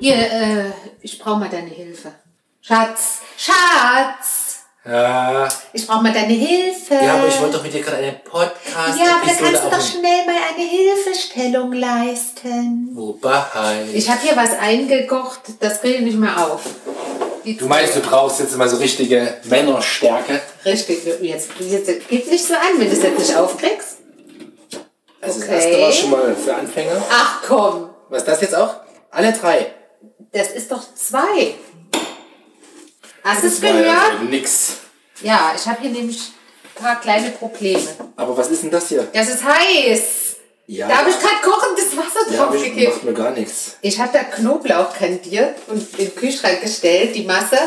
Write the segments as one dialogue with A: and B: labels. A: Ihr, äh, ich brauche mal deine Hilfe. Schatz, Schatz,
B: Äh, Ja,
A: ich brauche mal deine Hilfe.
B: ja aber ich wollte doch mit dir gerade einen Podcast.
A: Ja, aber da kannst du doch schnell mal eine Hilfestellung leisten.
B: Wobei.
A: Ich habe hier was eingekocht, das kriege ich nicht mehr auf. Die
B: Du meinst, du brauchst jetzt immer so richtige Männerstärke?
A: Richtig, jetzt, jetzt gib nicht so an, wenn du es jetzt nicht aufkriegst.
B: Also das
A: Okay.
B: erste war schon mal für Anfänger.
A: Ach komm,
B: Was ist das jetzt auch? Alle drei.
A: das ist doch zwei. Hast du es
B: War ja
A: gehört?
B: also nix.
A: Ja, ich habe hier nämlich ein paar kleine Probleme.
B: Aber was ist denn das hier?
A: Das ist heiß.
B: Ja.
A: Da habe ich gerade kochendes Wasser
B: ja, hab ich-
A: draufgegeben.
B: macht mir gar nichts.
A: Ich habe da Knoblauch kandiert und in den Kühlschrank gestellt, die Masse.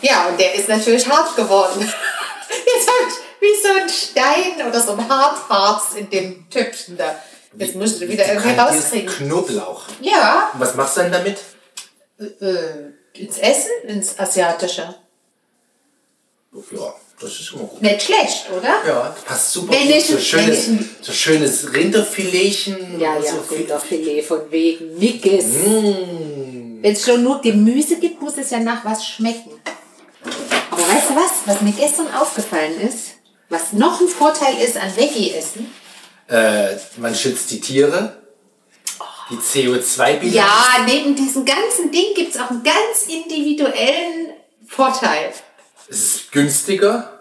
A: Ja, und der ist natürlich hart geworden. Jetzt habe ich wie so ein Stein oder so ein Hartharz in dem Töpfchen da. Jetzt musst du wieder irgendwie rauskriegen.
B: Knoblauch.
A: Ja,
B: Und was machst du denn damit?
A: äh, ins Essen, ins Asiatische.
B: Ja, das ist immer gut.
A: Nicht schlecht, oder?
B: Ja, passt super.
A: Wenn
B: gut.
A: ich-
B: so, schönes,
A: wenn
B: so schönes Rinderfiletchen.
A: Ja,
B: und
A: ja,
B: so viel-
A: Rinderfilet von wegen Nickes. Wenn es schon nur Gemüse gibt, muss es ja nach was schmecken. Aber weißt du was, was mir gestern aufgefallen ist, was noch ein Vorteil ist an Veggie-Essen?
B: Äh, man schützt die Tiere. Die CO2-Bilanz.
A: Ja, neben diesem ganzen Ding gibt es auch einen ganz individuellen Vorteil.
B: Es ist günstiger.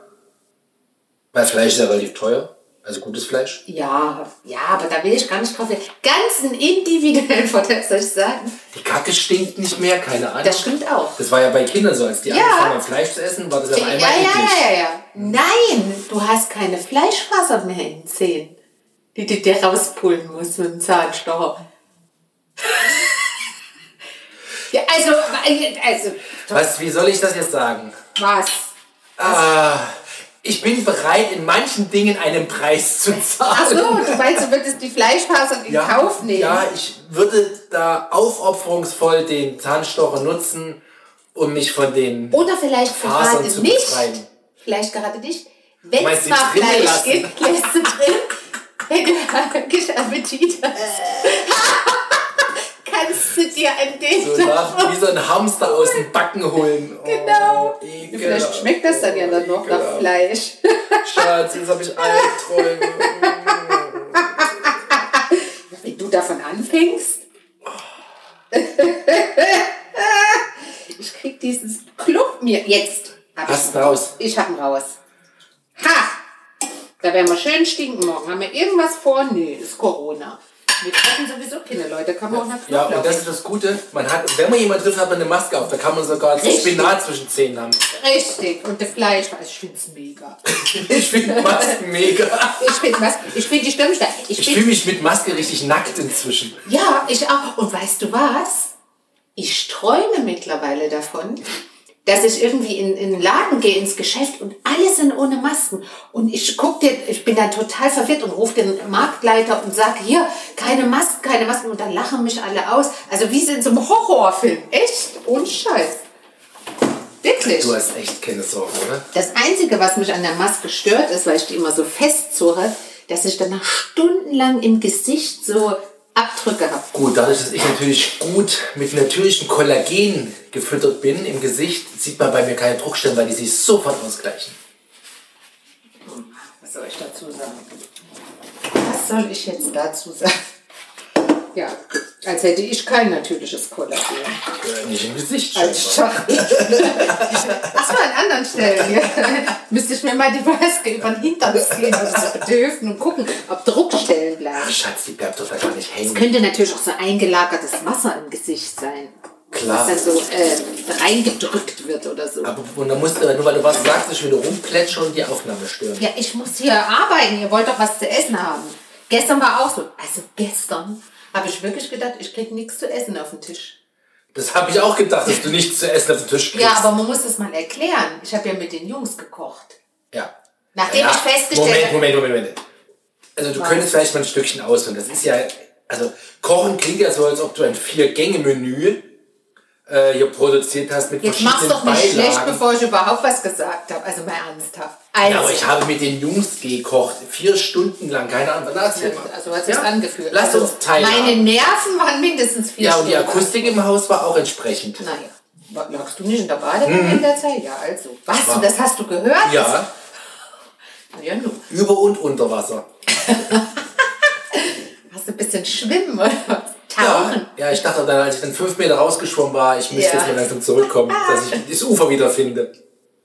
B: Weil Fleisch ist ja relativ teuer. Also gutes Fleisch.
A: Ja, ja, aber da will ich gar nicht drauf hin. Ganz einen individuellen Vorteil, soll ich sagen?
B: Die Kacke stinkt nicht mehr, keine Ahnung.
A: Das stimmt auch.
B: Das war ja bei Kindern so, als die angefangen haben, Fleisch zu essen, war das auf
A: Ja,
B: einmal
A: ja,
B: eklig.
A: ja, ja, ja. Nein, du hast keine Fleischfaser mehr in den Zähnen, die du dir rauspullen musst mit dem Zahnstocher. ja, also, also,
B: Was, wie soll ich das jetzt sagen?
A: was?
B: Ich bin bereit, in manchen Dingen einen Preis zu zahlen.
A: Ach so, du meinst, du würdest die Fleischfaser in Kauf nehmen?
B: Ja, ich würde da aufopferungsvoll den Zahnstocher nutzen, um mich von den
A: Oder vielleicht
B: Fasern
A: gerade
B: zu
A: nicht.
B: befreien.
A: Vielleicht gerade nicht. Wenn
B: Meinst
A: es
B: du,
A: mal
B: die drin
A: Fleisch
B: lassen?
A: gibt, lässt du drin. Wenn du wirklich Appetit hast, kannst du dir ein Ding
B: Äh. so nach, wie so ein Hamster aus dem Backen holen.
A: Genau.
B: Oh, ekelhaft.
A: Vielleicht schmeckt das dann ja dann noch nach
B: Ekelhaft.
A: Fleisch.
B: Schatz, jetzt habe ich Albträume.
A: Wenn du davon anfängst. ich krieg dieses Club mir jetzt. Hab
B: Hast du raus?
A: Ich hab ihn raus. Ha! Da werden wir schön stinken morgen. Haben wir irgendwas vor? Nee, ist Corona. Wir treffen sowieso keine Leute. Kann man auch nach
B: Ja,
A: Knoblauch.
B: und das ist das Gute. Man hat, wenn man jemanden trifft, hat man eine Maske auf. Da kann man sogar
A: Richtig.
B: Spinat zwischen Zähnen haben.
A: Richtig. Und das Fleisch, ich find's mega.
B: Ich finde Masken mega.
A: Ich find was? Ich find die Stimmstadt.
B: Ich fühle mich mit Maske richtig nackt inzwischen.
A: Ja, ich auch. Und weißt du was? Ich träume mittlerweile davon, dass ich irgendwie in, in den Laden gehe, ins Geschäft und alle sind ohne Masken. Und ich guck dir, ich bin dann total verwirrt und rufe den Marktleiter und sage, hier, keine Masken, keine Masken. Und dann lachen mich alle aus. Also wie in so einem Horrorfilm. Echt? Ohne Scheiß. Wirklich.
B: Du hast echt keine Sorgen, oder?
A: Das Einzige, was mich an der Maske stört, ist, weil ich die immer so festzurre, dass ich danach stundenlang im Gesicht so Abdrücke habe.
B: Gut, dadurch, dass ich natürlich gut mit natürlichem Kollagen gefüttert bin im Gesicht, sieht man bei mir keine Druckstellen, weil die sich sofort ausgleichen.
A: Was soll ich dazu sagen? Was soll ich jetzt dazu sagen? Ja, als hätte ich kein natürliches Kollagen.
B: Äh, Nicht im Gesicht.
A: Als
B: scheinbar.
A: Schachtel. Achso, an anderen Stellen. Ja. Müsste ich mir mal die Maske über den Hintern ziehen und so dürfen und gucken, ob Druckstellen bleiben.
B: Schatz, die bleibt doch da gar nicht
A: Es
B: hängen.
A: könnte natürlich auch so eingelagertes Wasser im Gesicht sein.
B: Klar.
A: Was dann so äh, reingedrückt wird oder so.
B: Aber und dann musst du, nur weil du was sagst, nicht wieder rumplätschern und die Aufnahme stören.
A: Ja, ich muss hier arbeiten. Ihr wollt doch was zu essen haben. Gestern war auch so. Also gestern habe ich wirklich gedacht, ich krieg nichts zu essen auf den Tisch.
B: Das habe ich auch gedacht, dass du nichts zu essen auf den Tisch kriegst.
A: Ja, aber man muss das mal erklären. Ich habe ja mit den Jungs gekocht.
B: Ja.
A: Nachdem ich festgestellt
B: Moment,
A: habe-
B: Moment, Moment, Moment. Also du
A: Was?
B: könntest vielleicht mal ein Stückchen ausholen. Das ist ja, also Kochen klingt ja so, als ob du ein Vier-Gänge-Menü äh, hier produziert hast mit
A: Jetzt mach's
B: verschiedenen
A: doch nicht
B: Beilagen.
A: schlecht, bevor ich überhaupt was gesagt habe. Also mal ernsthaft.
B: ja,
A: Also,
B: aber ich habe mit den Jungs gekocht, vier Stunden lang, keine Ahnung, na, erzähl mal.
A: also hat sich
B: ja?
A: angefühlt.
B: Lass
A: also,
B: uns teilhaben.
A: Meine Nerven waren mindestens vier
B: ja, und
A: Stunden.
B: die Akustik im Haus war auch entsprechend.
A: Naja. Wa- Lagst du nicht in der Badewanne in der Zeit? Ja, also. Was?
B: War-
A: Und das hast du gehört?
B: Mhm. Ja,
A: Na Ja, nun.
B: über und unter Wasser.
A: Hast du ein bisschen schwimmen oder was? Tauchen?
B: Ja, ich dachte dann, als ich dann fünf Meter rausgeschwommen war, ich müsste
A: Ja.
B: jetzt mal langsam zurückkommen, dass ich das Ufer wieder finde.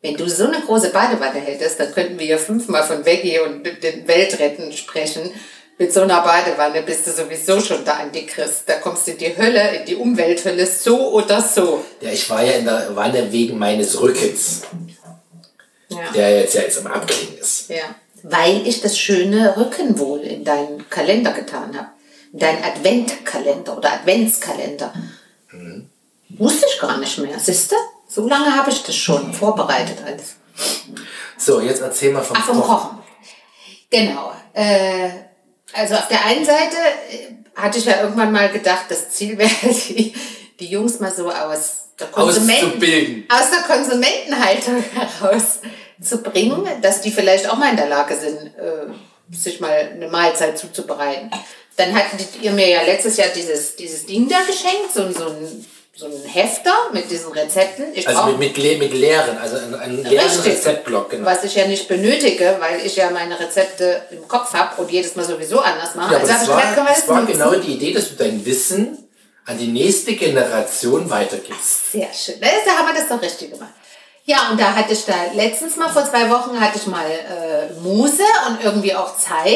A: Wenn du so eine große Badewanne hättest, dann könnten wir ja fünfmal von Veggie und den Weltretten sprechen. Mit so einer Badewanne bist du sowieso schon der Antichrist. Da kommst du in die Hölle, in die Umwelthölle, so oder so.
B: Ja, ich war ja in der Wanne wegen meines Rückens,
A: Ja. ja.
B: der jetzt ja jetzt am Abklingen ist.
A: Weil ich das schöne Rückenwohl in deinen Kalender getan habe. In deinen Adventkalender oder Adventskalender. Wusste ich gar nicht mehr, siehst du? So lange habe ich das schon vorbereitet alles.
B: So, jetzt erzähl mal vom
A: Ach, vom Kochen. Genau. Äh, also auf der einen Seite äh, hatte ich ja irgendwann mal gedacht, das Ziel wäre, die, die Jungs mal so aus der, Konsumenten,
B: Auszubilden.
A: aus der Konsumentenhaltung heraus zu bringen, dass die vielleicht auch mal in der Lage sind, äh, sich mal eine Mahlzeit zuzubereiten. Dann hattet ihr mir ja letztes Jahr dieses, dieses Ding da geschenkt, so, ein- so, ein, so ein Hefter mit diesen Rezepten. Ich
B: Also
A: brauch-
B: mit, mit, le- mit leeren, also ein, ein leeren
A: Oh. Richtig.
B: Rezeptblock, genau.
A: was ich ja nicht benötige, weil ich ja meine Rezepte im Kopf habe und jedes Mal sowieso anders mache.
B: Ja, aber
A: Also hab
B: das war,
A: können wir
B: das war
A: nutzen.
B: genau die Idee, dass du dein Wissen an die nächste Generation weitergibst.
A: Sehr schön. Na, Da haben wir das doch richtig gemacht. Ja, und da hatte ich da letztens mal, vor zwei Wochen, hatte ich mal äh, Muse und irgendwie auch Zeit.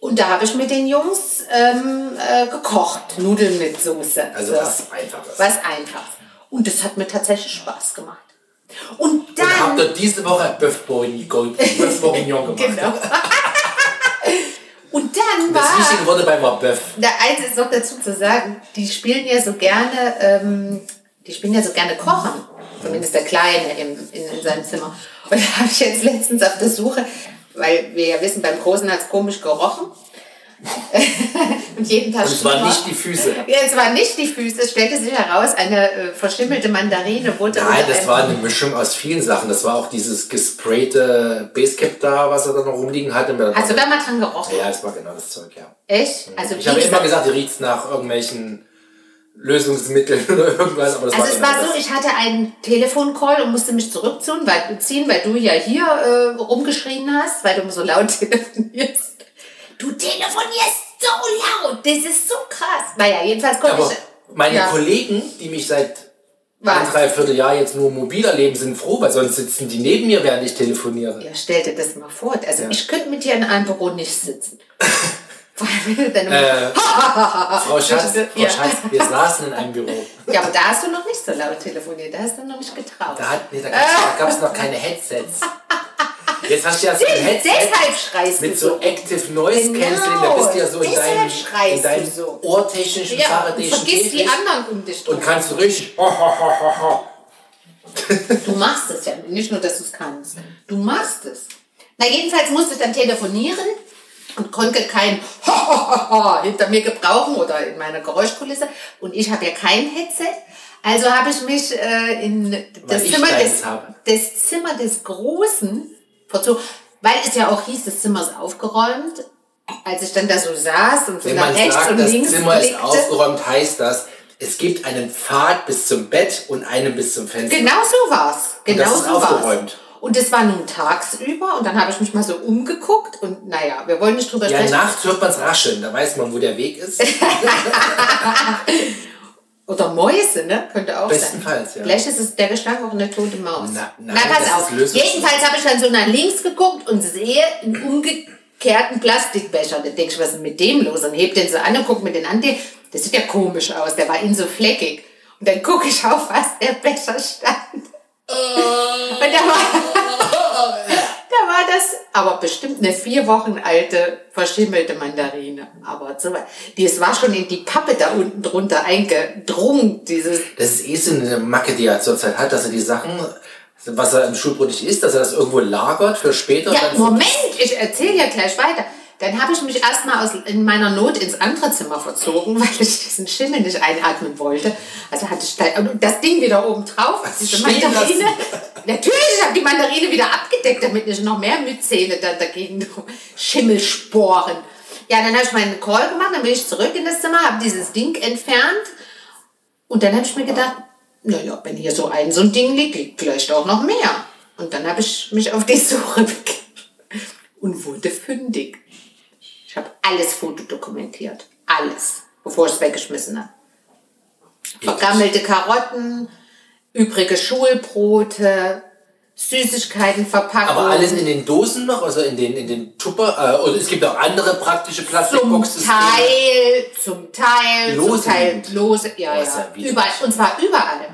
A: Und da habe ich mit den Jungs ähm, äh, gekocht. Nudeln mit Soße.
B: Also
A: so.
B: was Einfaches.
A: Was einfach. Und das hat mir tatsächlich Spaß gemacht. Und dann...
B: Und habt ihr diese Woche Bœuf Bourguignon, Bœuf Bourguignon gemacht.
A: genau. und dann war...
B: Das wichtige Wort dabei war Bœuf.
A: Da eins ist noch dazu zu sagen, die spielen ja so gerne, ähm, die spielen ja so gerne kochen. Zumindest der Kleine im, in, in seinem Zimmer. Und da habe ich jetzt letztens auf der Suche, weil wir ja wissen, beim Großen hat es komisch gerochen. Und jeden Tag
B: Und es waren
A: schlimmer.
B: nicht die Füße.
A: ja, es waren nicht die Füße, es stellte sich heraus, eine äh, verschimmelte Mandarine wurde
B: Nein,
A: unter
B: das
A: einem-
B: war eine Mischung aus vielen Sachen. Das war auch dieses gesprayte Basecap da, was er da noch rumliegen hatte. Mit
A: Hast du da mal dran gerochen?
B: ja, das war genau das Zeug, ja.
A: Echt? Also,
B: Ich
A: wie
B: habe immer
A: gesagt-
B: gesagt, die riecht's nach irgendwelchen Lösungsmitteln oder irgendwas, aber das
A: Also es
B: war
A: war
B: genau
A: so,
B: das.
A: ich hatte einen Telefoncall und musste mich zurückziehen, weil, ziehen, weil du ja hier äh, rumgeschrien hast, weil du so laut telefonierst. Du telefonierst so laut, das ist so krass. Naja, jedenfalls konnte
B: Aber
A: ich...
B: meine
A: ja,
B: Kollegen, die mich seit ein
A: was?
B: Dreivierteljahr jetzt nur mobil erleben, sind froh, weil sonst sitzen die neben mir, während ich telefoniere.
A: Ja, stell dir das mal vor. Also
B: Ja.
A: ich könnte mit dir in einem Büro nicht sitzen. Weil wenn du dann-
B: Äh. Frau Schatz,
A: bitte,
B: Frau
A: ja.
B: Schatz, wir saßen in einem Büro.
A: ja, aber da hast du noch nicht so laut telefoniert, da hast du noch nicht getraut.
B: Da, hat, nee, da gab es noch keine Headsets. Jetzt hast du ja so ein Headset.
A: Deshalb schreist du
B: Mit so Active Noise
A: Genau,
B: Cancelling, da bist du ja so in
A: deshalb
B: deinem,
A: schreist
B: in deinem
A: du so.
B: ohrtechnischen,
A: Ja, und
B: fahrradischen
A: vergiss die
B: Käfig
A: anderen um dich drum.
B: und kannst du richtig. ho, ho, ho, ho, ho.
A: Du machst es ja. Nicht nur, dass du es kannst. Du machst es. Na, jedenfalls musste ich dann telefonieren und konnte kein hinter mir gebrauchen oder in meiner Geräuschkulisse. Und ich habe ja kein Headset. Also habe ich mich äh, in das
B: ich
A: Zimmer,
B: keins
A: des,
B: habe.
A: das Zimmer des Großen verzogen. Weil es ja auch hieß, das Zimmer ist aufgeräumt. Als ich dann da so saß und so
B: Wenn
A: nach
B: man
A: rechts
B: sagt,
A: und
B: das
A: links
B: Zimmer ist
A: blickte.
B: aufgeräumt, heißt das, es gibt einen Pfad bis zum Bett und einen bis zum Fenster.
A: Genau so war's. Genau
B: das ist
A: so war's.
B: aufgeräumt.
A: Und es war nun tagsüber und dann habe ich mich mal so umgeguckt und naja, wir wollen nicht drüber
B: Ja,
A: sprechen.
B: nachts hört man es rascheln, da weiß man, wo der Weg ist.
A: Oder Mäuse, ne? Könnte auch
B: Bestenfalls,
A: sein.
B: ja.
A: Vielleicht ist es der Gestank auch eine tote Maus.
B: Na-
A: Na,
B: nein,
A: pass
B: das
A: auf.
B: ist Lösungsmittel.
A: Jedenfalls habe ich dann so nach links geguckt und sehe einen umgekehrten Plastikbecher. Da denke ich, was ist denn mit dem los? Und heb den so an und guck mir den an. Der- Das sieht ja komisch aus. Der war innen so fleckig. Und dann gucke ich auf, was der Becher stand. Und da war, da war das, aber bestimmt eine vier Wochen alte, verschimmelte Mandarine. Aber so, die, es war schon in die Pappe da unten drunter eingedrungen, dieses
B: Das ist eh so eine Macke, die er zurzeit hat, dass er die Sachen, was er im Schulbrot nicht isst, dass er das irgendwo lagert für später.
A: Ja,
B: und dann so-
A: Moment, ich erzähle ja gleich weiter. Dann habe ich mich erstmal aus, in meiner Not ins andere Zimmer verzogen, weil ich diesen Schimmel nicht einatmen wollte. Also hatte ich da- und das Ding wieder oben drauf, diese
B: stehen lassen.
A: Mandarine. Natürlich, ich habe die Mandarine wieder abgedeckt, damit nicht noch mehr Myzene da dagegen Schimmelsporen. Ja, dann habe ich meinen Call gemacht, dann bin ich zurück in das Zimmer, habe dieses Ding entfernt und dann habe ich mir gedacht, naja, wenn hier so ein so ein Ding liegt, liegt vielleicht auch noch mehr. Und dann habe ich mich auf die Suche begeben und wurde fündig. Ich habe alles fotodokumentiert. Alles. Bevor ich es weggeschmissen habe. Vergammelte Karotten, übrige Schulbrote, Süßigkeiten, Verpackungen.
B: Aber alles in den Dosen noch, also in den, in den Tupper, äh, oder es gibt auch andere praktische
A: zum
B: Plastikboxen.
A: Teil, zum Teil,
B: Lose
A: zum Teil
B: liegend.
A: lose, ja,
B: Oh,
A: ja,
B: ist ja widerlich.
A: überall, und zwar überall.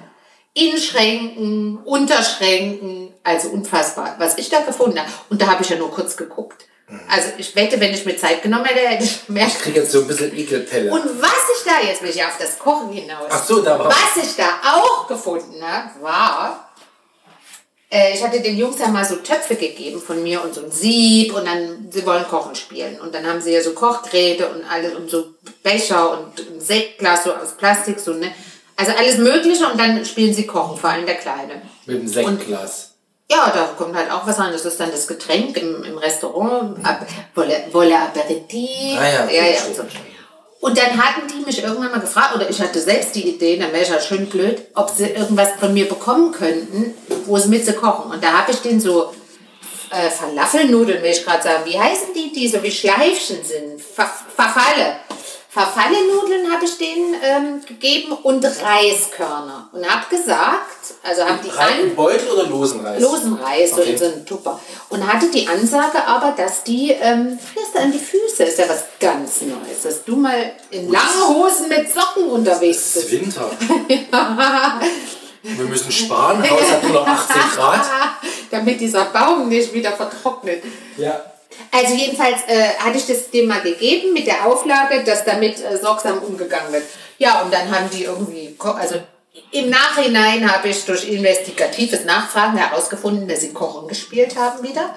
A: In Schränken, unter Schränken, also unfassbar, was ich da gefunden habe. Und da habe ich ja nur kurz geguckt.
B: Mhm.
A: Also ich wette, wenn ich mir Zeit genommen hätte, hätte ich mehr
B: Ich krieg jetzt so ein bisschen Ekelpelle.
A: Und was ich da, jetzt will ich ja auf das Kochen hinaus.
B: Ach so, da war-
A: Was ich da auch gefunden habe, war, äh, ich hatte den Jungs ja mal so Töpfe gegeben von mir und so ein Sieb und dann, sie wollen Kochen spielen. Und dann haben sie ja so Kochgeräte und alles und so Becher und ein Sektglas so aus Plastik, so, ne? Also alles Mögliche und dann spielen sie Kochen, vor allem der Kleine.
B: mit dem Sektglas.
A: Ja, da kommt halt auch was rein. Das ist dann das Getränk im, im Restaurant. Ab, Wolle, Wolle Aperitif.
B: Mhm. Ah ja,
A: ja,
B: okay,
A: ja,
B: schön,
A: und, so.
B: schön.
A: und dann hatten die mich irgendwann mal gefragt, oder ich hatte selbst die Idee, dann wäre ich ja schön blöd, ob sie irgendwas von mir bekommen könnten, wo sie mit sie kochen. Und da habe ich den so äh, Falafelnudeln, will ich gerade sagen. Wie heißen die, die so wie Schleifchen sind? Ver Verfalle. Verfalle-Nudeln habe ich denen ähm, gegeben und Reiskörner. Und habe gesagt, also habe die
B: Rein
A: an
B: im Beutel oder losen Reis?
A: losen Reis, so
B: Okay.
A: in so einem Tupper. Und hatte die Ansage aber, dass die ähm, Flister an die Füße ist ja was ganz Neues, dass du mal in langen Hosen mit Socken unterwegs
B: Es ist
A: bist.
B: Winter. Wir müssen sparen, Haus hat nur noch 18 Grad.
A: Damit dieser Baum nicht wieder vertrocknet.
B: Ja.
A: Also jedenfalls äh, hatte ich das dem mal gegeben mit der Auflage, dass damit äh, sorgsam umgegangen wird. Ja, und dann haben die irgendwie, ko- also im Nachhinein habe ich durch investigatives Nachfragen herausgefunden, dass sie Kochen gespielt haben wieder.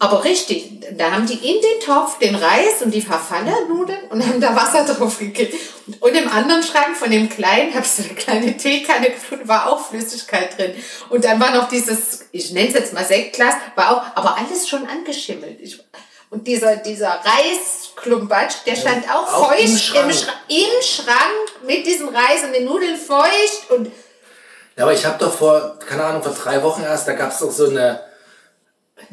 A: Aber richtig, da haben die in den Topf den Reis und die Verfallernudeln und haben da Wasser drauf gekippt. Und im anderen Schrank von dem Kleinen habe ich so eine kleine Teekanne gefunden, war auch Flüssigkeit drin. Und dann war noch dieses, ich nenne es jetzt mal Sektglas, war auch, aber alles schon angeschimmelt. Ich, und dieser, dieser Reisklumpatsch, der stand auch,
B: auch
A: feucht
B: im
A: im Schrank.
B: Schrank.
A: Im, Schrank mit diesem Reis und den Nudeln feucht und
B: Ja, aber ich habe doch vor, keine Ahnung, vor drei Wochen erst, da gab es doch so eine,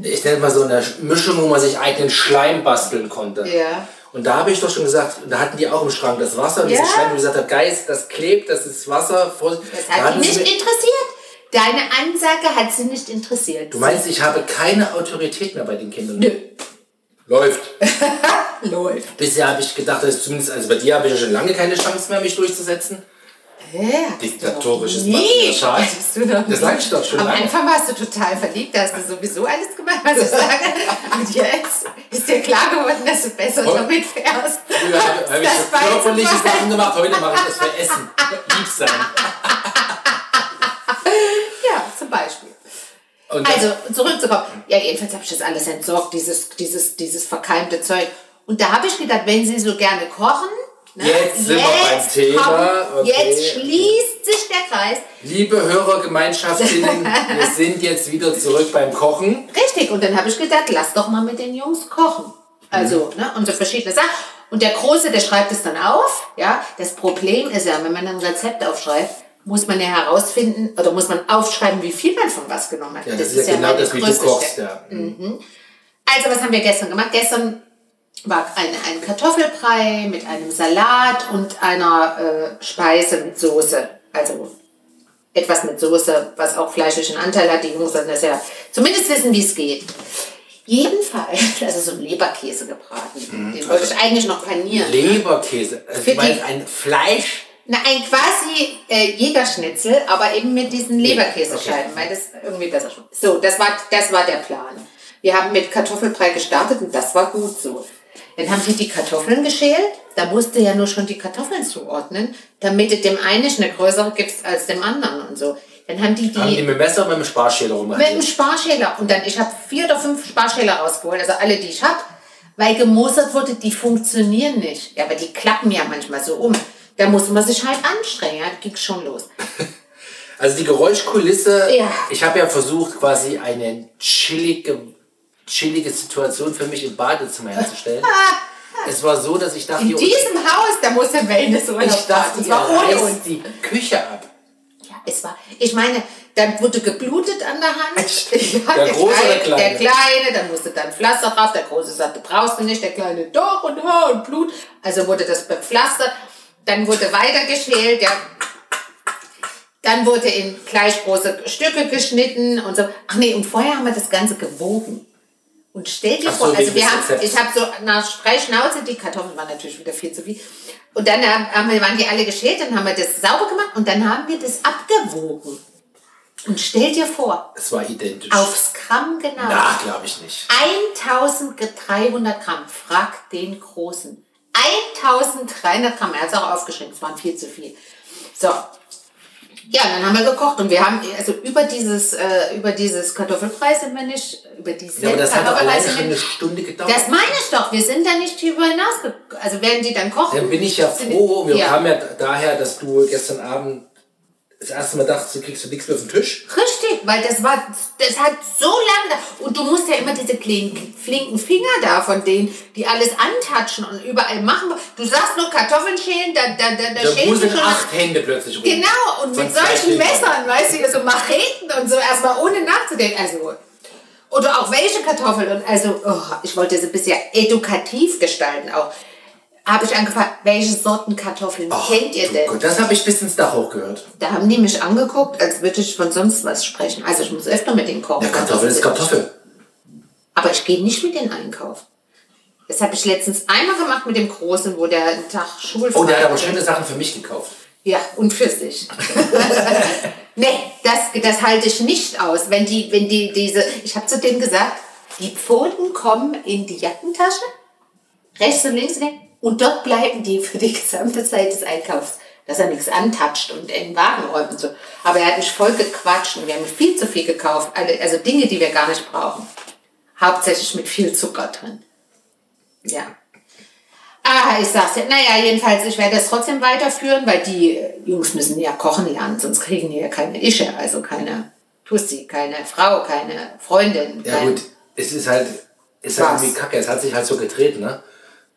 B: ich nenne mal so eine Mischung, wo man sich eigenen Schleim basteln konnte.
A: Ja.
B: Und da habe ich doch schon gesagt, da hatten die auch im Schrank das Wasser und
A: Ja.
B: diesen Schleim, wo ich gesagt habe, Geist, das klebt, das ist Wasser. Vorsicht.
A: das
B: Da
A: hat
B: hatten
A: sie nicht
B: sie mir-
A: interessiert. Deine Ansage hat sie nicht interessiert.
B: Du meinst, ich habe keine Autorität mehr bei den Kindern?
A: Nö.
B: Läuft.
A: Läuft.
B: Bisher habe ich gedacht, dass zumindest, also bei dir habe ich ja schon lange keine Chance mehr, mich durchzusetzen.
A: Hä? Hattest
B: Diktatorisches
A: du noch nie?
B: Patriarchat.
A: Hattest du noch
B: Das
A: nie?
B: sag ich doch schon
A: Am
B: lange.
A: Anfang warst du total verliebt, da hast du sowieso alles gemacht, was ich sage. Und jetzt ist dir klar geworden, dass du besser
B: Oh.
A: damit fährst.
B: Früher habe habe ich
A: Das
B: so
A: weiß
B: körperliche
A: man.
B: Sachen gemacht, heute mache ich das für Essen. Lieb sein.
A: Ja, zum Beispiel.
B: Und das-
A: Also, zurückzukommen. Ja, jedenfalls habe ich das alles entsorgt, dieses, dieses, dieses verkeimte Zeug. Und da habe ich gedacht, wenn sie so gerne kochen, ne,
B: Jetzt sind wir beim Thema.
A: kommen-
B: Okay,
A: Jetzt
B: okay.
A: schließt sich der Kreis.
B: Liebe Hörergemeinschaftinnen, wir sind jetzt wieder zurück beim Kochen.
A: Richtig, und dann habe ich gedacht, lass doch mal mit den Jungs kochen.
B: Mhm.
A: Also, ne, und so verschiedene Sachen. Und der Große, der schreibt es dann auf, ja. Das Problem ist ja, wenn man ein Rezept aufschreibt, muss man ja herausfinden, oder muss man aufschreiben, wie viel man von was genommen hat.
B: Ja, das, ist ja genau
A: meine
B: das, wie du
A: größte
B: kochst.
A: Stärke.
B: Ja.
A: Also, was haben wir gestern gemacht? Gestern war ein, ein Kartoffelbrei mit einem Salat und einer äh, Speise mit Soße. Also etwas mit Soße, was auch fleischlichen Anteil hat. Die Jungs sollen das ja zumindest wissen, wie es geht. Jedenfalls, also so ein Leberkäse gebraten. Den wollte ich eigentlich noch panieren.
B: Leberkäse, also
A: Für
B: ich meine
A: die-
B: ein Fleisch.
A: Na, ein quasi äh, Jägerschnitzel, aber eben mit diesen Leberkäsescheiben, weil das irgendwie besser schmeckt. So, das war, das war der Plan. Wir haben mit Kartoffelbrei gestartet und das war gut so. Dann haben die die Kartoffeln geschält. Da musste ja nur schon die Kartoffeln zuordnen, damit du dem einen nicht eine größere gibst als dem anderen und so. Dann haben die die
B: Haben die mit dem Messer und mit dem Sparschäler
A: mit dem
B: rumgehandelt?
A: Sparschäler. Und dann, ich habe vier oder fünf Sparschäler rausgeholt, also alle, die ich habe. Weil gemosert wurde, die funktionieren nicht. Ja, aber die klappen ja manchmal so um. Da muss man sich halt anstrengen. Ja, das ging schon los.
B: Also die Geräuschkulisse,
A: Ja.
B: ich habe ja versucht, quasi eine chillige, chillige Situation für mich im Badezimmer herzustellen. es war so, dass ich dachte,
A: In
B: ihr-
A: diesem Haus, da muss der Wellnessurlaub
B: ich dachte,
A: starten. Es
B: ihr
A: war ohne uns.
B: reißt die Küche ab.
A: Ja, es war, ich meine, dann wurde geblutet an der Hand.
B: Echt?
A: Ja,
B: Der Große
A: Kleine,
B: oder Kleine?
A: Der Kleine, dann musste dann Pflaster drauf. Der Große sagte, brauchst du nicht. Der Kleine, doch und ha und Blut. Also wurde das bepflastert. Dann wurde weiter geschält. Ja. Dann wurde in gleich große Stücke geschnitten und so. Ach nee, und vorher haben wir das Ganze gewogen. Und stell dir
B: Ach so,
A: vor, also
B: wegen
A: wir
B: des
A: haben,
B: Rezepts.
A: ich habe so nach Freischnauze, die Kartoffeln waren natürlich wieder viel zu viel. Und dann haben wir, waren die alle geschält, dann haben wir das sauber gemacht und dann haben wir das abgewogen. Und stell dir vor,
B: Es war identisch.
A: aufs Gramm genau.
B: Na, glaube ich nicht.
A: 1300 Gramm, frag den Großen. 1300 Gramm, er hat es auch aufgeschrieben, es waren viel zu viel. So. Ja, dann haben wir gekocht und wir haben, also über dieses, äh, über dieses Kartoffelfrei sind wir nicht, über dieses
B: Ja, aber das hat doch
A: Kartoffelfrei
B: alleine
A: sind
B: schon
A: wir
B: eine
A: nicht.
B: Stunde gedauert.
A: Das meine ich doch, wir sind da nicht drüber hinausgekommen. Also werden die dann kochen.
B: Dann bin ich ja
A: sind-
B: froh. Wir
A: ja.
B: kamen ja daher, dass du gestern Abend das erste Mal dachtest, du kriegst du nichts mehr auf den Tisch.
A: Richtig, weil das war, das hat so lange, da- und du musst ja immer diese kleinen, flinken Finger da von denen, die alles antatschen und überall machen. Du sagst nur Kartoffeln schälen, da, da, da, da
B: Da
A: schälen sie
B: wuseln
A: schon.
B: acht Hände plötzlich rum.
A: Genau, und mit
B: Von zwei
A: solchen
B: Kindern.
A: Messern, weißt du, hier so Macheten und so, erstmal ohne nachzudenken. Also, oder auch welche Kartoffeln und also, oh, ich wollte sie bisher edukativ gestalten auch. Habe ich angefragt, welche Sorten Kartoffeln
B: Ach,
A: kennt ihr
B: du
A: denn?
B: Gott, das habe ich bis ins Dach hoch gehört.
A: Da haben die mich angeguckt, als würde ich von sonst was sprechen. Also ich muss öfter mit denen kochen.
B: Ja, Kartoffel ist Kartoffel.
A: Aber ich gehe nicht mit denen einkaufen. Das habe ich letztens einmal gemacht mit dem Großen, wo der einen Tag schulfrei
B: Oh, der hat aber
A: hatte.
B: schöne Sachen für mich gekauft.
A: Ja, und für sich. nee, das, das halte ich nicht aus. Wenn die, wenn die, diese, ich habe zu dem gesagt, die Pfoten kommen in die Jackentasche, rechts und links, ne? und dort bleiben die für die gesamte Zeit des Einkaufs. Dass er nichts antatscht und in den Wagen räumt und so. Aber er hat mich voll gequatscht und wir haben viel zu viel gekauft. Alle- Also Dinge, die wir gar nicht brauchen. Hauptsächlich mit viel Zucker drin. Ja. Ah, ich sag's dir. Naja, jedenfalls, ich werde das trotzdem weiterführen, weil die Jungs müssen ja kochen lernen, sonst kriegen die ja keine Ische, also keine Tussi, keine Frau, keine Freundin.
B: Ja,
A: kein-
B: gut, es ist halt, es ist halt
A: Was?
B: irgendwie kacke. Es hat sich halt so gedreht, ne?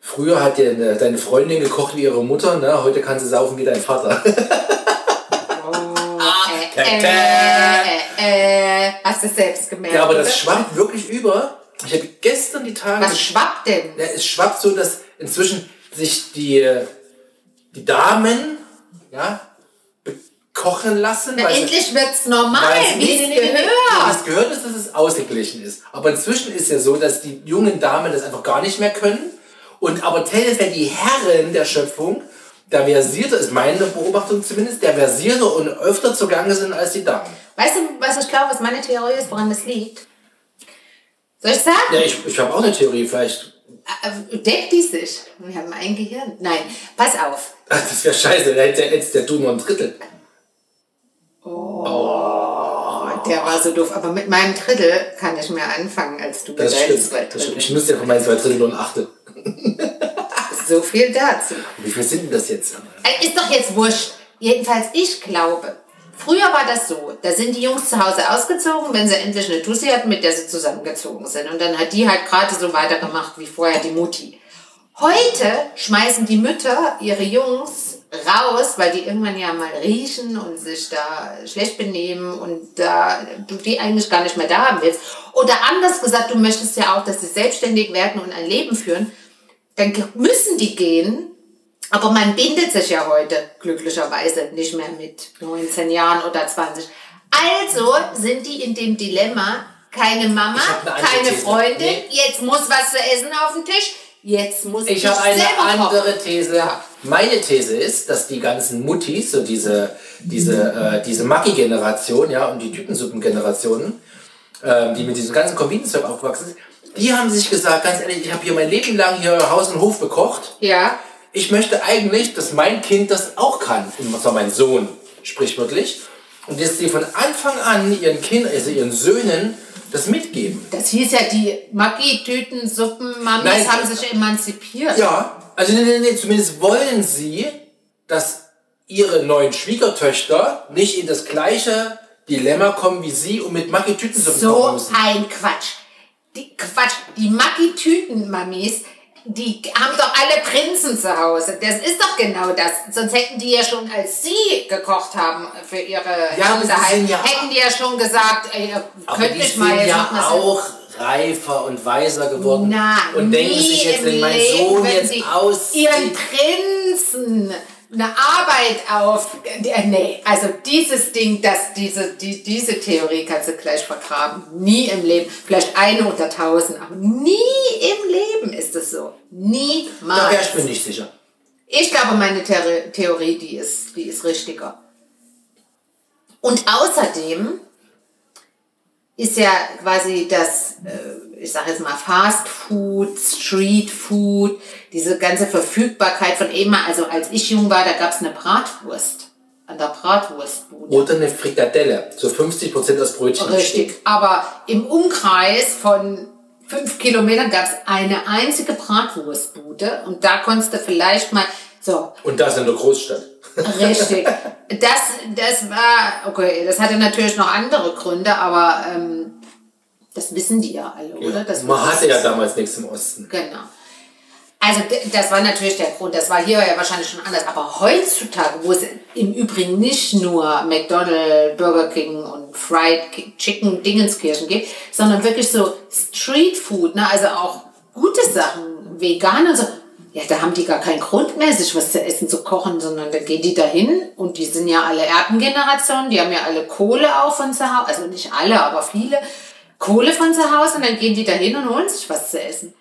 B: Früher hat dir eine- deine Freundin gekocht wie ihre Mutter, ne? Heute kann sie saufen wie dein Vater. Oh.
A: Äh, äh, äh, äh, hast du selbst gemerkt?
B: ja, aber
A: oder?
B: das schwappt wirklich über. Ich habe gestern die Tage
A: Was schwappt denn?
B: Ja, es schwappt so, dass inzwischen sich die, äh, die Damen ja, bekochen lassen.
A: Na, endlich wird's normal,
B: weil
A: wie es
B: Wie
A: gehört.
B: es gehört ist, dass es ausgeglichen ist. Aber inzwischen ist ja so, dass die jungen Damen das einfach gar nicht mehr können. Und aber tendenziell die Herren der Schöpfung, der versierte, ist meine Beobachtung zumindest, der versierte und öfter zugange sind als die Damen.
A: Weißt du, was ich glaube, was meine Theorie ist, woran das liegt? Soll ich sagen?
B: Ja, ich, ich habe auch eine Theorie, vielleicht.
A: Äh, Deckt die sich? Wir haben ein Gehirn. Nein, pass auf.
B: Ach, Das wäre scheiße, da hätte jetzt der Du nur ein Drittel.
A: Der war so doof. Aber mit meinem Drittel kann ich mehr anfangen, als du mit
B: Das
A: deinen
B: stimmt.
A: zwei
B: Das stimmt.
A: Drittel.
B: Ich müsste ja von meinen zwei Drittel nur ein Achtel.
A: So viel dazu.
B: Wie viel sind denn das jetzt?
A: Äh, Ist doch jetzt wurscht. Jedenfalls, ich glaube, früher war das so, da sind die Jungs zu Hause ausgezogen, wenn sie endlich eine Tussi hatten, mit der sie zusammengezogen sind. Und dann hat die halt gerade so weitergemacht wie vorher die Mutti. Heute schmeißen die Mütter ihre Jungs raus, weil die irgendwann ja mal riechen und sich da schlecht benehmen und da du die eigentlich gar nicht mehr da haben willst. Oder anders gesagt, du möchtest ja auch, dass sie selbstständig werden und ein Leben führen. Dann ge- müssen die gehen, aber man bindet sich ja heute glücklicherweise nicht mehr mit 19 Jahren oder 20. Also sind die in dem Dilemma, keine Mama,
B: Ich hab eine andere
A: keine
B: These.
A: Freundin,
B: Nee.
A: jetzt muss was zu essen auf den Tisch, jetzt muss ich,
B: Ich habe eine
A: selber
B: andere
A: kochen.
B: These. Meine These ist, dass die ganzen Muttis, so diese, diese, äh, diese Maggi-Generation, ja, und die Tütensuppen-Generationen, ähm, die mit diesem ganzen Kombinenzeug aufgewachsen sind, die haben sich gesagt, ganz ehrlich, ich habe hier mein Leben lang hier Haus und Hof bekocht.
A: Ja,
B: Ich möchte eigentlich, dass mein Kind das auch kann. Und zwar mein Sohn, sprichwörtlich. Und dass sie von Anfang an ihren Kindern, also ihren Söhnen, das mitgeben.
A: Das hieß ja, die Maggi-Tüten-Suppen-Mamas
B: Nein.
A: haben sich emanzipiert.
B: Ja, also nee, nee, nee, zumindest wollen sie, dass ihre neuen Schwiegertöchter nicht in das gleiche Dilemma kommen wie sie und mit Maggi Tütensuppe kochen
A: So
B: müssen.
A: ein Quatsch. Die Quatsch, die Maggi-Tüten-Mamis, die haben doch alle Prinzen zu Hause. Das ist doch genau das. Sonst hätten die ja schon, als sie gekocht haben für ihre
B: Ja, aber sie
A: Hinterhalt,
B: sind ja-
A: hätten die ja schon gesagt, ey, ihr
B: Aber
A: könnt
B: die
A: nicht mal
B: sind
A: jetzt
B: ja
A: macht mal so-
B: auch reifer und weiser geworden
A: Nein,
B: und denken
A: nie
B: sich jetzt,
A: im
B: wenn mein
A: Leben,
B: Sohn
A: wenn
B: jetzt
A: sie
B: auszieht,
A: ihren Prinzen eine Arbeit auf. äh, Nee, also dieses Ding, das, diese, die, diese Theorie kannst du gleich vergraben. Nie im Leben. Vielleicht eine unter tausend, aber nie im Leben ist es so.
B: da wäre
A: Niemals.
B: ich mir nicht sicher.
A: Ich glaube, meine Theor- Theorie, die ist, die ist richtiger. Und außerdem ist ja quasi das, äh, ich sage jetzt mal Fast Food, Street Food, diese ganze Verfügbarkeit von eben, also als ich jung war, da gab es eine Bratwurst. An der Bratwurstbude.
B: Oder eine Frikadelle, so 50% aus Brötchen
A: Richtig.
B: besteht.
A: Aber im Umkreis von fünf Kilometern gab es eine einzige Bratwurstbude und da konntest du vielleicht mal, so,
B: Und das in der Großstadt.
A: Richtig. Das, das war, okay, das hatte natürlich noch andere Gründe, aber ähm, das wissen die ja alle, oder? Das
B: Man
A: wissen
B: hatte ja
A: sie.
B: damals nichts im Osten.
A: Genau. Also d- das war natürlich der Grund, das war hier ja wahrscheinlich schon anders, aber heutzutage, wo es im Übrigen nicht nur McDonald's, Burger King und Fried Ki- Chicken Dingenskirchen gibt, sondern wirklich so Street Food, ne? also auch gute Sachen, vegan und so, ja, da haben die gar keinen Grund mehr, sich was zu essen zu kochen, sondern da gehen die dahin und die sind ja alle Erbengenerationen, die haben ja alle Kohle auch von zu Hause, also nicht alle, aber viele Kohle von zu Hause und dann gehen die dahin und holen sich was zu essen.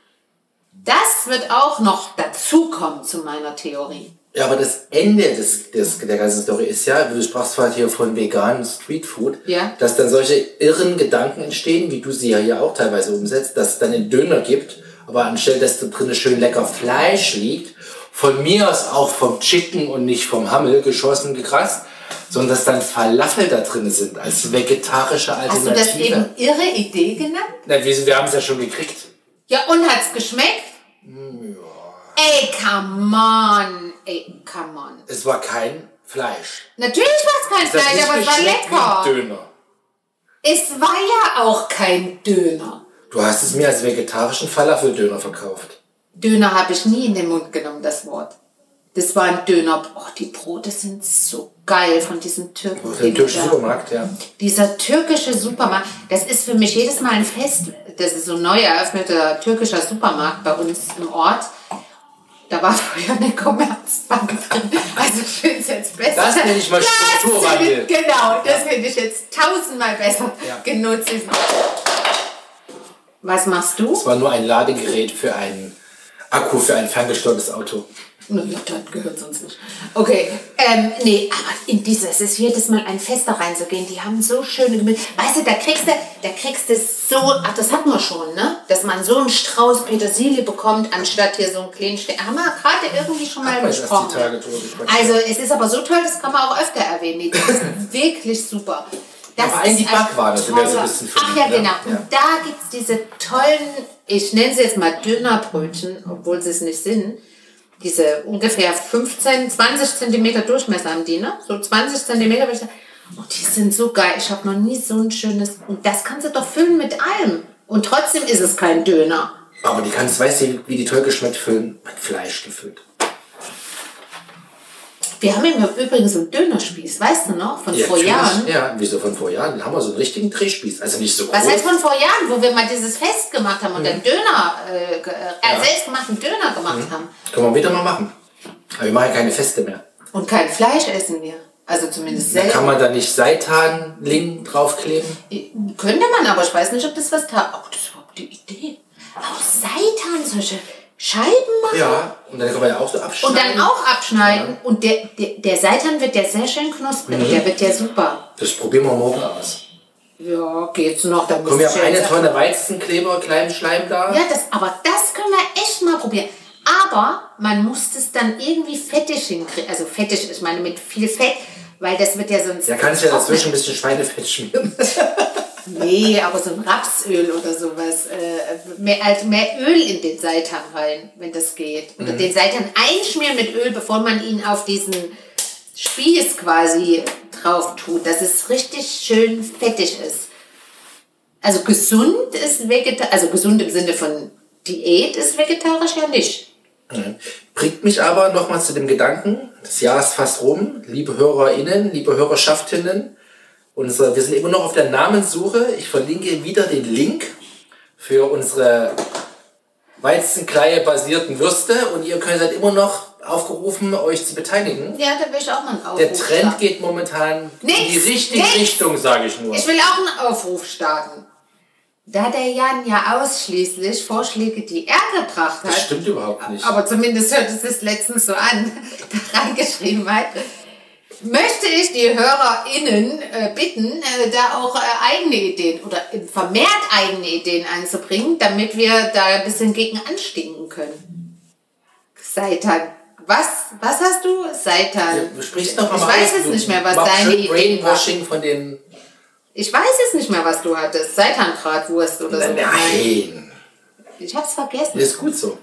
A: Das wird auch noch dazukommen zu meiner Theorie.
B: Ja, aber das Ende des, des, der ganzen Story ist ja, du sprachst halt hier von veganem Streetfood,
A: Ja.
B: dass dann solche irren Gedanken entstehen, wie du sie ja hier auch teilweise umsetzt, dass es dann einen Döner gibt, aber anstelle, dass da drinnen schön lecker Fleisch liegt, von mir aus auch vom Chicken und nicht vom Hammel geschossen, gekratzt, sondern dass dann Falafel da drin sind, als vegetarische
A: Hast du das
B: Alternative.
A: eben irre Idee genannt?
B: Na, wir, wir haben es ja schon gekriegt.
A: Ja, und hat's geschmeckt? Ey, come on. Ey, come on.
B: Es war kein Fleisch.
A: Natürlich war es kein
B: Das hat
A: Fleisch,
B: nicht
A: aber es war
B: geschmeckt wie ein
A: lecker.
B: Döner.
A: Es war ja auch kein Döner.
B: Du hast es mir als vegetarischen Falafeldöner verkauft.
A: Döner habe ich nie in den Mund genommen, das Wort. Das war ein Döner. Oh, die Brote sind so geil von diesem Türken.
B: Aus dem türkischen Supermarkt, ja.
A: Dieser türkische Supermarkt, das ist für mich jedes Mal ein Fest. Das ist so ein neu eröffneter türkischer Supermarkt bei uns im Ort. Da war früher eine Commerzbank drin. Also ich finde es jetzt besser.
B: Das nenne ich mal
A: Das
B: Strukturwandel.
A: finde- Genau, das finde ich jetzt tausendmal besser
B: Ja.
A: genutzt. diesen- Was machst du?
B: Es war nur ein Ladegerät für einen Akku für ein ferngesteuertes Auto.
A: Naja, das gehört sonst nicht. Okay, ähm, nee, aber in dieser, es ist jedes Mal ein Fest da reinzugehen. Die haben so schöne Gemüse. Weißt du, da kriegst du, da kriegst du so, ach, das hatten wir schon, ne? Dass man so einen Strauß Petersilie bekommt, anstatt hier so einen kleinen Ste Haben wir gerade irgendwie schon mal
B: Hat man erst
A: besprochen.
B: die Tage drüber gesprochen.
A: Also, es ist aber so toll, das kann man auch öfter erwähnen. Die sind wirklich super. Das
B: Aber eigentlich
A: ist ein
B: Backwaren, das sind wir so ein
A: toller-
B: bisschen
A: Ach
B: verliebt,
A: ja,
B: ne?
A: genau.
B: Ja.
A: Und da gibt es diese tollen, ich nenne sie jetzt mal Dönerbrötchen, obwohl sie es nicht sind. Diese ungefähr 15, 20 Zentimeter Durchmesser haben die, ne? So 20 Zentimeter würde ich sagen. Und die sind so geil. Ich habe noch nie so ein schönes. Und das kannst du doch füllen mit allem. Und trotzdem ist es kein Döner.
B: Aber die kannst, weißt du, wie die toll geschmeckt füllen? Mit Fleisch gefüllt.
A: Wir haben im Übrigen so einen Dönerspieß, weißt du noch? Von vor
B: natürlich.
A: Jahren.
B: Ja, wieso von vor Jahren? Da haben wir so einen richtigen Drehspieß. Also nicht so
A: Was
B: groß.
A: heißt von vor Jahren, wo wir mal dieses Fest gemacht haben und den Döner, äh, ge- äh,
B: Ja. Mhm.
A: selbstgemachten Döner gemacht haben.
B: Können wir wieder mal machen. Aber wir machen ja keine Feste mehr.
A: Und kein Fleisch essen wir. Also zumindest
B: Da kann
A: selten.
B: man da nicht Seitanling draufkleben.
A: Könnte man, aber ich weiß nicht, ob das was tat. Oh, das ist überhaupt die Idee. Auch Seitan, solche Scheiben machen.
B: Ja. Und dann kann man ja auch so
A: Und
B: abschneiden.
A: dann auch abschneiden. Und der, der, der Seitan wird ja sehr schön knusprig.
B: Mhm.
A: Der wird ja super.
B: Das probieren wir morgen aus.
A: Ja, geht's noch. Da
B: Kommen wir
A: müsst
B: haben
A: ihr
B: eine
A: jetzt-
B: Tonne Weizenkleber, kleinen Schleim da.
A: Ja, das, aber das können wir echt mal probieren. Aber man muss das dann irgendwie fettig hinkriegen. Also fettig, ich meine mit viel Fett, weil das wird ja sonst.
B: Ja, kannst ja
A: auch
B: dazwischen ein
A: nicht-
B: bisschen Schweinefett schmieren.
A: Nee, aber so ein Rapsöl oder sowas. Äh, mehr, also mehr Öl in den Seitan rein, wenn das geht.
B: Mhm.
A: Oder den Seitan einschmieren mit Öl, bevor man ihn auf diesen Spieß quasi drauf tut, dass es richtig schön fettig ist. Also gesund ist vegetarisch, also gesund im Sinne von Diät ist vegetarisch ja nicht.
B: Bringt mich aber nochmal zu dem Gedanken, das Jahr ist fast rum, liebe HörerInnen, liebe Hörerschaftinnen, unsere, wir sind immer noch auf der Namenssuche. Ich verlinke wieder den Link für unsere Weizenkleie-basierten Würste und ihr könnt seid immer noch aufgerufen, euch zu beteiligen.
A: Ja, da will ich auch mal einen Aufruf
B: Der Trend
A: starten.
B: geht momentan in die
A: Nix,
B: richtige
A: nix.
B: Richtung, sage ich nur.
A: Ich will auch einen Aufruf starten. Da der Jan ja ausschließlich Vorschläge, die er gebracht hat,
B: Das stimmt überhaupt nicht.
A: aber zumindest hört es sich letztens so an, da reingeschrieben hat, möchte ich die HörerInnen äh, bitten, äh, da auch äh, eigene Ideen oder äh, vermehrt eigene Ideen einzubringen, damit wir da ein bisschen gegen anstinken können. Seitan. Was, was hast du? Seitan.
B: Du sprichst noch mal
A: Ich
B: mal
A: weiß
B: aus,
A: es
B: du
A: nicht mehr, was
B: machst
A: deine
B: schön
A: Idee war.
B: Brainwashing von den...
A: Ich weiß es nicht mehr, was du hattest. Seitan-Bratwurst oder so.
B: Nein,
A: Ich hab's vergessen.
B: ist gut so.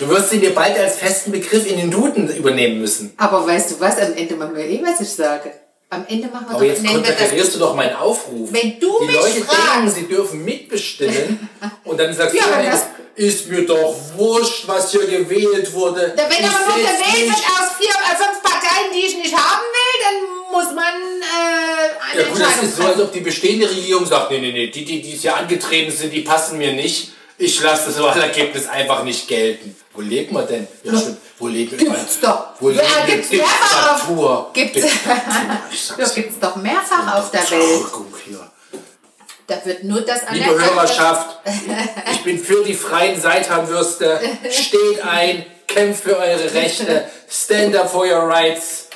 B: du wirst ihn dir bald als festen Begriff in den Duden übernehmen müssen.
A: Aber weißt du was? Am Ende machen wir eh, was ich sage. Am Ende machen wir
B: Aber jetzt
A: nennen wir das-
B: konterkarierst du doch meinen Aufruf.
A: Wenn du
B: Die
A: mich
B: Leute denken,
A: fragst-
B: sie dürfen mitbestimmen und dann sagst
A: Ja,
B: du,
A: aber
B: "Nein,
A: das-
B: ist mir doch wurscht, was hier gewählt wurde.
A: Da wenn
B: Ich
A: aber nur
B: seh's
A: gewählt
B: nicht."
A: wird aus vier, äh, fünf Parteien, die ich nicht haben will, dann muss man äh, eine
B: Ja gut, das
A: Entscheidung
B: ist so, also- als ob die bestehende Regierung sagt, nee, nee, nee, die, die, die es hier angetreten sind, die passen mir nicht. Ich lasse das Wahlergebnis einfach nicht gelten. Wo leben wir denn? Ja, stimmt. Wo leben wir?
A: Gibt's doch.
B: Wo leben
A: Ja,
B: wir?
A: gibt's mehrfach.
B: Diktatur.
A: Gibt's-
B: Diktatur. Ich
A: Ja,
B: sag's.
A: gibt's doch mehrfach auf der Welt.
B: Verrückung hier.
A: Da wird nur das
B: Liebe Hörerschaft, ich bin für die freien Seitanwürste. Steht ein, kämpft für eure Rechte. Stand up for your rights.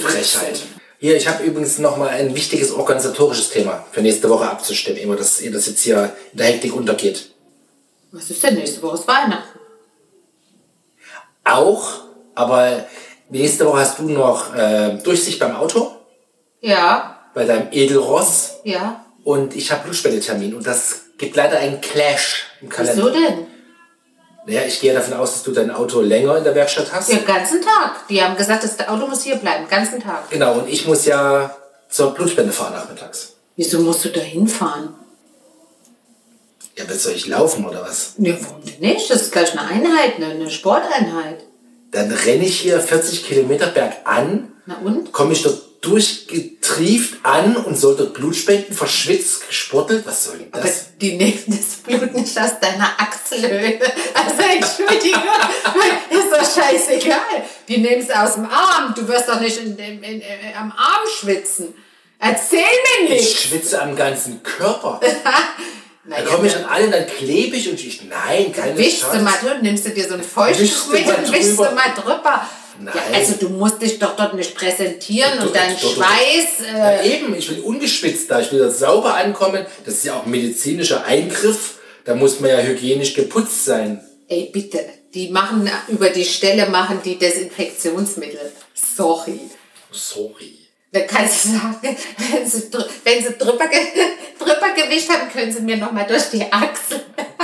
B: Frechheit. Hier, ich habe übrigens nochmal ein wichtiges organisatorisches Thema für nächste Woche abzustimmen, immer dass ihr das jetzt hier in der Hektik untergeht.
A: Was ist denn nächste Woche? Ist Weihnachten.
B: Auch, aber nächste Woche hast du noch äh, Durchsicht beim Auto,
A: Ja,
B: bei deinem Edelross.
A: ja.
B: Und ich habe Blutspendetermin und das gibt leider einen Clash im Kalender.
A: Wieso denn?
B: Naja, ich gehe davon aus, dass du dein Auto länger in der Werkstatt hast.
A: Den ganzen Tag. Die haben gesagt, das Auto muss hier bleiben. Den ganzen Tag.
B: Genau, und ich muss ja zur Blutspende fahren nachmittags.
A: Wieso musst du da hinfahren?
B: Ja, was soll ich laufen oder was?
A: Ja, warum denn nicht? Das ist gleich eine Einheit, eine, eine Sporteinheit.
B: Dann renne ich hier 40 Kilometer bergan,
A: Na und?
B: komme ich dort durchgetrieft an und soll dort Blut spenden, verschwitzt, gespottelt. Was soll denn
A: Aber
B: das?
A: die nehmen das Blut nicht aus deiner Achselhöhle. Also entschuldige, ist doch scheißegal. Die nehmen es aus dem Arm. Du wirst doch nicht in, dem- in, in, am Arm schwitzen. Erzähl mir
B: Ich
A: nicht.
B: schwitze am ganzen Körper. Dann komme ich an alle, dann klebe ich und ich. Nein, keine
A: Wischst ne? du
B: Chance.
A: mal drüber, nimmst du dir so ein Feuchtes
B: Wischst du
A: mit
B: mal
A: und wischst du
B: drüber.
A: mal drüber.
B: Nein.
A: Ja, also du musst dich doch dort nicht präsentieren
B: Doch,
A: und dein
B: doch, doch, doch.
A: Schweiß... Äh,
B: Ja, eben, ich will ungeschwitzt da, ich will da sauber ankommen. Das ist ja auch ein medizinischer Eingriff. Da muss man ja hygienisch geputzt sein.
A: Ey, bitte. Die machen über die Stelle machen die Desinfektionsmittel. Sorry.
B: Sorry.
A: Da kannst du sagen, wenn sie, drü- wenn sie drüber, ge drüber gewischt haben, können sie mir nochmal durch die Achsel.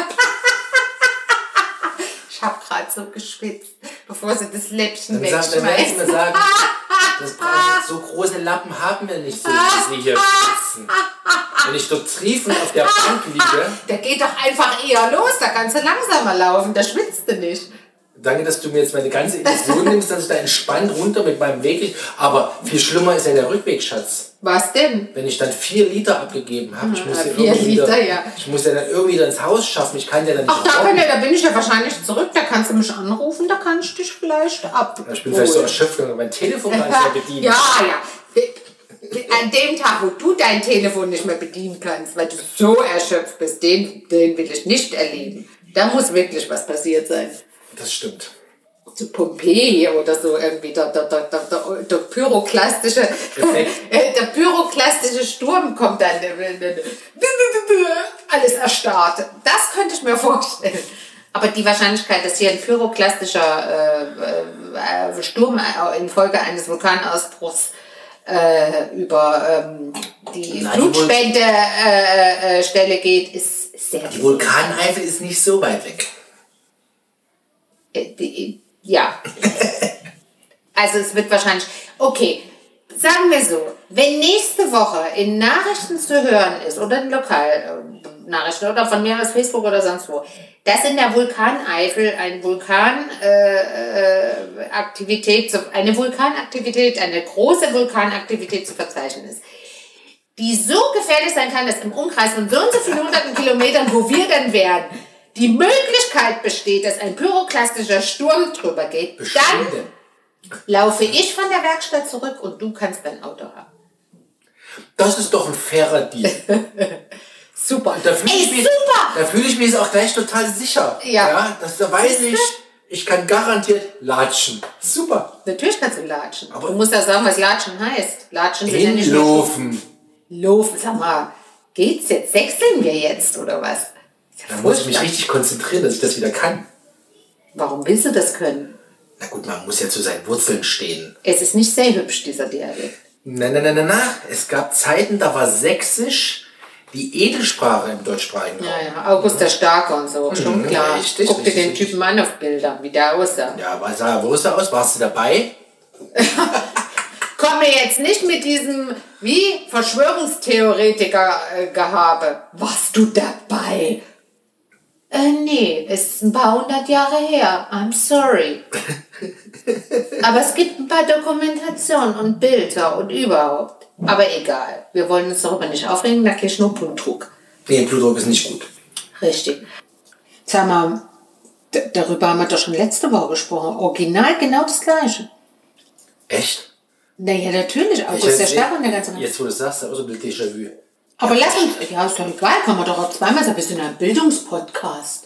A: ich habe gerade so geschwitzt, bevor sie das Läppchen
B: Dann sagt der
A: wegschmeißen.
B: Mensch mir sagen, das brauche ich, so große Lappen haben wir nicht, so wie sie hier sitzen. Wenn ich dort triefend auf der Bank liege,
A: Da geht doch einfach eher los, da kannst du langsamer laufen, da schwitzt du nicht.
B: danke, dass du mir jetzt meine ganze Illusion nimmst, dass ich da entspannt runter mit meinem Weg liege. Aber viel schlimmer ist ja der Rückweg, Schatz.
A: Was denn?
B: Wenn ich dann vier Liter abgegeben habe, ich muss ja,
A: vier
B: irgendwie
A: Liter,
B: wieder,
A: ja.
B: ich muss ja dann irgendwie wieder ins Haus schaffen. Ich kann ja dann nicht
A: Ach, da,
B: rocken.
A: bin ich, da bin ich ja wahrscheinlich zurück, da kannst du mich anrufen, da kann ich dich vielleicht ab.
B: Ich bin vielleicht so erschöpft, weil mein Telefon gar nicht mehr bedient.
A: Ja, ja. An dem Tag, wo du dein Telefon nicht mehr bedienen kannst, weil du so erschöpft bist, den, den will ich nicht erleben. Da muss wirklich was passiert sein.
B: Das stimmt.
A: Zu Pompeji oder so irgendwie, der, der, der, der, der, der pyroklastische, der pyroklastische Sturm kommt dann. äh, Alles erstarrt. Das könnte ich mir vorstellen. Aber die Wahrscheinlichkeit, dass hier ein äh, pyroklastischer äh, äh, Sturm in Folge eines Vulkanausbruchs äh, über ähm, die
B: Nein, die Vul-
A: Blutspendestelle äh, äh, Stelle geht, ist sehr
B: Die Vulkaneifel ist nicht so weit weg.
A: Äh, die- Ja. Also es wird wahrscheinlich. Okay, sagen wir so, wenn nächste Woche in Nachrichten zu hören ist oder in Lokalnachrichten oder von mir aus Facebook oder sonst wo, dass in der Vulkaneifel ein Vulkan äh, äh, Aktivität, zu- eine Vulkanaktivität, eine große Vulkanaktivität zu verzeichnen ist, die so gefährlich sein kann, dass im Umkreis von so und so vielen hunderten Kilometern, wo wir dann wären, die Möglichkeit besteht, dass ein pyroklastischer Sturm drüber geht, dann
B: Bestimmt.
A: laufe ich von der Werkstatt zurück und du kannst dein Auto haben.
B: Das ist doch ein fairer Deal.
A: Super.
B: Da fühle ich,
A: Ey,
B: mich-
A: super!
B: da fühl ich mich jetzt auch gleich total sicher.
A: Ja.
B: ja das, da weiß ich, ich kann garantiert latschen. Super.
A: Natürlich kannst du latschen.
B: Aber-
A: du musst ja sagen, was latschen heißt. Latschen sind ja nicht nur...
B: Hinlaufen.
A: Laufen. Sag mal, geht's jetzt? Sechseln wir jetzt oder was? Ist ja
B: Da muss ich mich
A: furchtbar.
B: richtig konzentrieren, dass ich das wieder kann.
A: Warum willst du das können?
B: Na gut, man muss ja zu seinen Wurzeln stehen.
A: Es ist nicht sehr hübsch, dieser Dialekt.
B: Na, na, na, na, na. Es gab Zeiten, da war Sächsisch die Edelsprache im deutschsprachigen Raum.
A: Ja, ja, August der Starke und so, schon klar.
B: richtig,
A: Guck dir
B: richtig,
A: den
B: richtig.
A: Typen an auf Bildern, wie der aussah.
B: Ja, aber sah ja Wurst aus. Warst du dabei?
A: Komm mir jetzt nicht mit diesem, wie, Verschwörungstheoretiker-Gehabe. Warst du dabei? Äh, nee, es ist ein paar hundert Jahre her. I'm sorry. Aber es gibt ein paar Dokumentationen und Bilder und überhaupt. Aber egal, wir wollen uns darüber nicht aufregen, da kriegst nur Punktdruck.
B: Nee, Blutdruck ist nicht gut.
A: Richtig. Sag mal, d- darüber haben wir doch schon letzte Woche gesprochen. Original genau das gleiche.
B: Echt?
A: Naja, natürlich. August der Starke und der ganze Mann.
B: Jetzt, wo du es sagst, da ist so ein bisschen Déjà-vu.
A: Aber lass uns. Ja, ist doch egal, kann man doch auch zweimal sagen. Wir sind ein Bildungspodcast.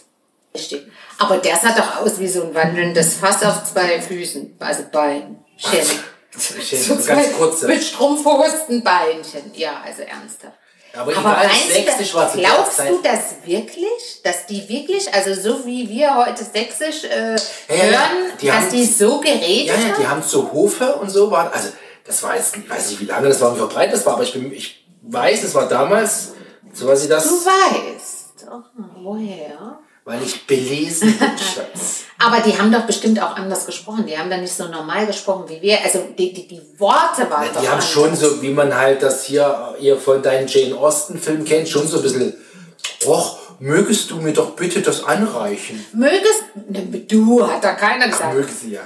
A: Richtig. Aber der sah doch aus wie so ein wandelndes Fass auf zwei Füßen. Also Beinen.
B: Ich so ganz kurze.
A: Mit strumpfhosten Beinchen. Ja, also ernsthaft.
B: Aber egal, Sächsisch war zu der
A: glaubst
B: Zeit-
A: du das wirklich? Dass die wirklich, also so wie wir heute Sächsisch äh,
B: ja, ja.
A: hören,
B: Die
A: dass
B: haben-
A: die so geredet
B: Ja, ja,
A: haben?
B: die haben so Hofe und so waren. Also, das war jetzt, ich weiß nicht, wie lange das war und wie verbreitet das war, aber ich, bin, ich weiß, es war damals, so weiß ich
A: Du
B: das,
A: weißt. Oh, woher?
B: weil ich belesen bin, Schatz.
A: Aber die haben doch bestimmt auch anders gesprochen. Die haben da nicht so normal gesprochen wie wir. Also die, die, die Worte waren doch
B: Die haben
A: anders.
B: schon so, wie man halt das hier, ihr von deinen Jane Austen-Filmen kennt, schon so ein bisschen, och, mögest du mir doch bitte das anreichen?
A: Mögest, Ne, du, hat da keiner gesagt.
B: Mögen sie ja.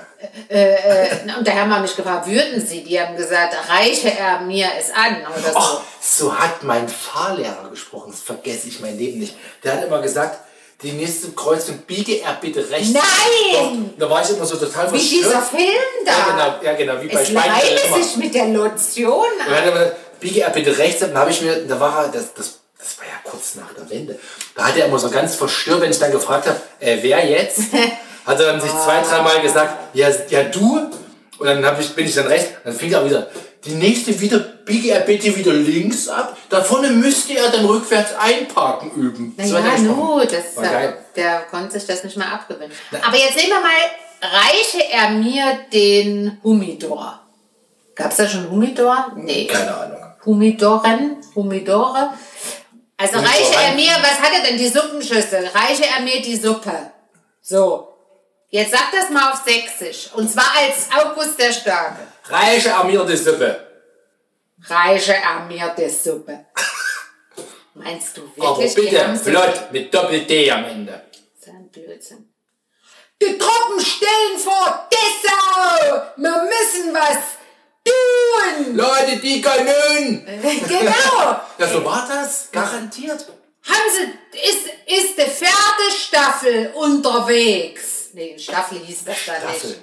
A: Na, Und da haben wir auch nicht gefragt, würden sie? Die haben gesagt, reiche er mir es an oder so.
B: Och, so hat mein Fahrlehrer gesprochen, das vergesse ich mein Leben nicht. Der hat immer gesagt, die nächste Kreuzung biege er bitte rechts.
A: Nein!
B: Doch, da war ich immer so total
A: Wie dieser Film da.
B: ne? Ja, genau, ja, genau wie bei
A: es
B: Spanisch.
A: leime sich mit der Lotion
B: Und
A: an.
B: dann hat er gesagt, biege er bitte rechts ab. Dann habe ich mir, da war er, das, das, das war ja kurz nach der Wende. Da hat er immer so ganz verstört, wenn ich dann gefragt habe, äh, wer jetzt? Hat er dann sich zwei, dreimal gesagt, ja, ja du. Und dann hab ich, bin ich dann rechts. Dann fing er auch wieder, die nächste wieder, biege er bitte wieder links ab. Da vorne müsste er dann rückwärts einparken üben. So hat er
A: Naja,
B: gesprochen.
A: nu, das,
B: War geil.
A: der konnte sich das nicht mal abgewinnen. Aber jetzt nehmen wir mal, reiche er mir den Humidor. Gab es da schon Humidor? Nee.
B: Keine Ahnung.
A: Humidoren, Humidore. Also
B: Humidoren.
A: reiche er mir, was hat er denn, die Suppenschüssel? Reiche er mir die Suppe. So. Jetzt sag das mal auf Sächsisch. Und zwar als August der Starke.
B: Reiche Amir die Suppe.
A: Reiche er mir die Suppe. Meinst du
B: Aber
A: wirklich? die
B: bitte
A: haben so-
B: flott, mit Doppel-D am Ende.
A: So ein Blödsinn. Die Truppen stehen vor Dessau! Wir müssen was tun!
B: Leute, die
A: Äh.
B: Kanonen!
A: genau!
B: Ja, so war das. Garantiert.
A: Haben sie, ist, ist die Pferdestaffel unterwegs? Nee, Staffel hieß das da nicht.
B: Staffel.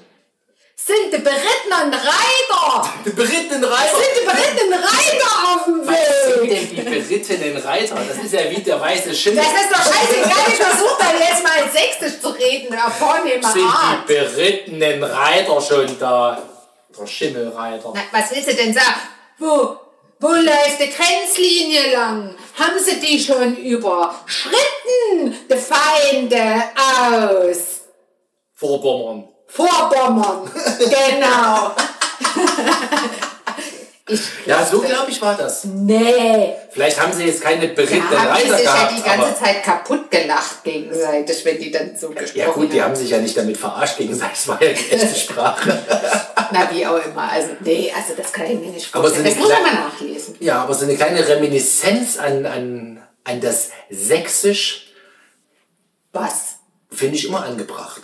A: Sind die berittenen Reiter?
B: Die berittenen Reiter.
A: Sind die berittenen Reiter auf dem
B: Was sind
A: Weg?
B: denn die berittenen Reiter? Das ist ja wie der weiße Schimmel.
A: Das ist doch scheißegal, ich versuche dann jetzt mal als Sächsisch zu reden, auf vornehmer
B: Sind
A: Art.
B: die berittenen Reiter schon da? Der Schimmelreiter.
A: Na, was willst du denn sagen? Wo, wo läuft die Grenzlinie lang? Haben sie die schon überschritten, die Feinde aus
B: Vorbommern.
A: Vorbommern? genau.
C: Ich
B: Ja, so
C: glaubte-
B: glaube ich war das.
A: Hm.
C: Nee.
B: Vielleicht haben sie jetzt keine berittenen
C: Da haben die
B: Reiter
C: sich ja
B: gehabt,
C: die
B: aber...
C: ganze Zeit kaputt gelacht gegenseitig, wenn die dann so gesprochen
B: Ja gut, die
C: haben.
B: haben sich ja nicht damit verarscht gegenseitig, es war ja die echte Sprache.
C: Na, wie auch immer. Also, nee, also das kann ich mir nicht
B: Aber
C: vorstellen.
B: sind
C: Das muss man
B: die
C: mal nachlesen.
B: Ja, aber so eine kleine Reminiszenz an, an, an das Sächsisch
C: Was?
B: finde ich immer angebracht.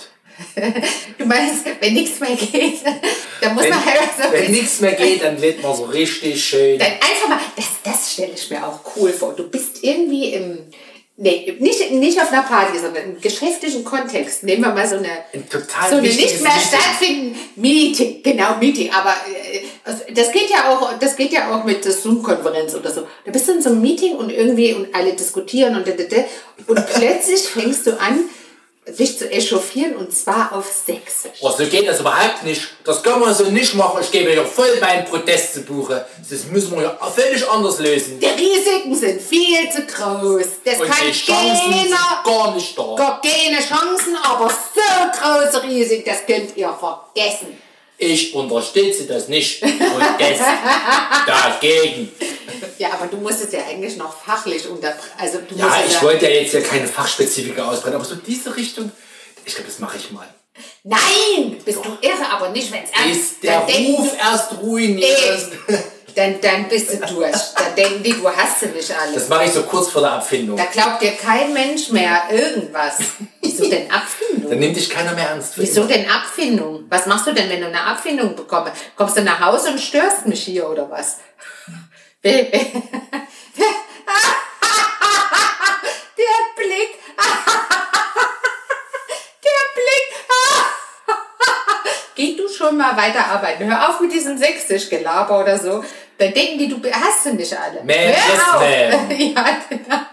C: Du meinst, wenn nichts mehr geht, dann muss
B: Wenn,
C: man halt so
B: wenn nichts mehr geht, dann lädt man so richtig schön.
C: Dann einfach mal,
A: Das, das stelle ich mir auch cool vor. Du bist irgendwie im. Nee, nicht, nicht auf einer Party, sondern im geschäftlichen Kontext. Nehmen wir mal so eine.
B: Ein total
A: so eine
B: wichtiges
A: nicht mehr
B: Meeting.
A: stattfindende Meeting. Genau, Meeting. Aber äh, also das geht ja auch, das geht ja auch mit der Zoom-Konferenz oder so. Da bist du in so einem Meeting und irgendwie und alle diskutieren und da, da, da. und plötzlich fängst du an, dich zu echauffieren und zwar auf Sächsisch.
B: Oh, so geht das überhaupt nicht. Das können wir so nicht machen. Ich gebe ja voll meinen Protest zu Buche. Das müssen wir ja völlig anders lösen.
A: Die Risiken sind viel zu groß. Das
B: Und
A: kann
B: die Chancen sind
A: keiner
B: gar nicht da.
A: Gott, keine Chancen, aber so große Risiken, das könnt ihr vergessen.
B: Ich unterstütze das nicht. Protest dagegen.
A: Ja, aber du musst es ja eigentlich noch fachlich unter... Also du
B: Ja,
A: musst es
B: ich wollte ja jetzt ja keine Fachspezifika ausbreiten, aber so diese Richtung, ich glaube, das mache ich mal.
A: Nein! Bist du irre, aber nicht, wenn es
B: Ist der
A: denken
B: Ruf erst ruiniert.
C: dann, dann bist du durch. Dann denken die, du hast sie nicht alle.
B: Das mache ich so kurz vor der Abfindung.
C: Da glaubt dir kein Mensch mehr irgendwas. Wieso denn Abfindung?
B: Dann nimmt dich keiner mehr ernst. für
C: Wieso
B: immer.
C: denn Abfindung? Was machst du denn, wenn du eine Abfindung bekommst? Kommst du nach Hause und störst mich hier oder was? Wer- wer- Der Blick. Der Blick. Geh du schon mal weiterarbeiten. Hör auf mit diesem Sächsisch-Gelaber oder so. Dann denken die, du hast sie nicht alle. Hör auf.
B: Management.
C: Ja, genau.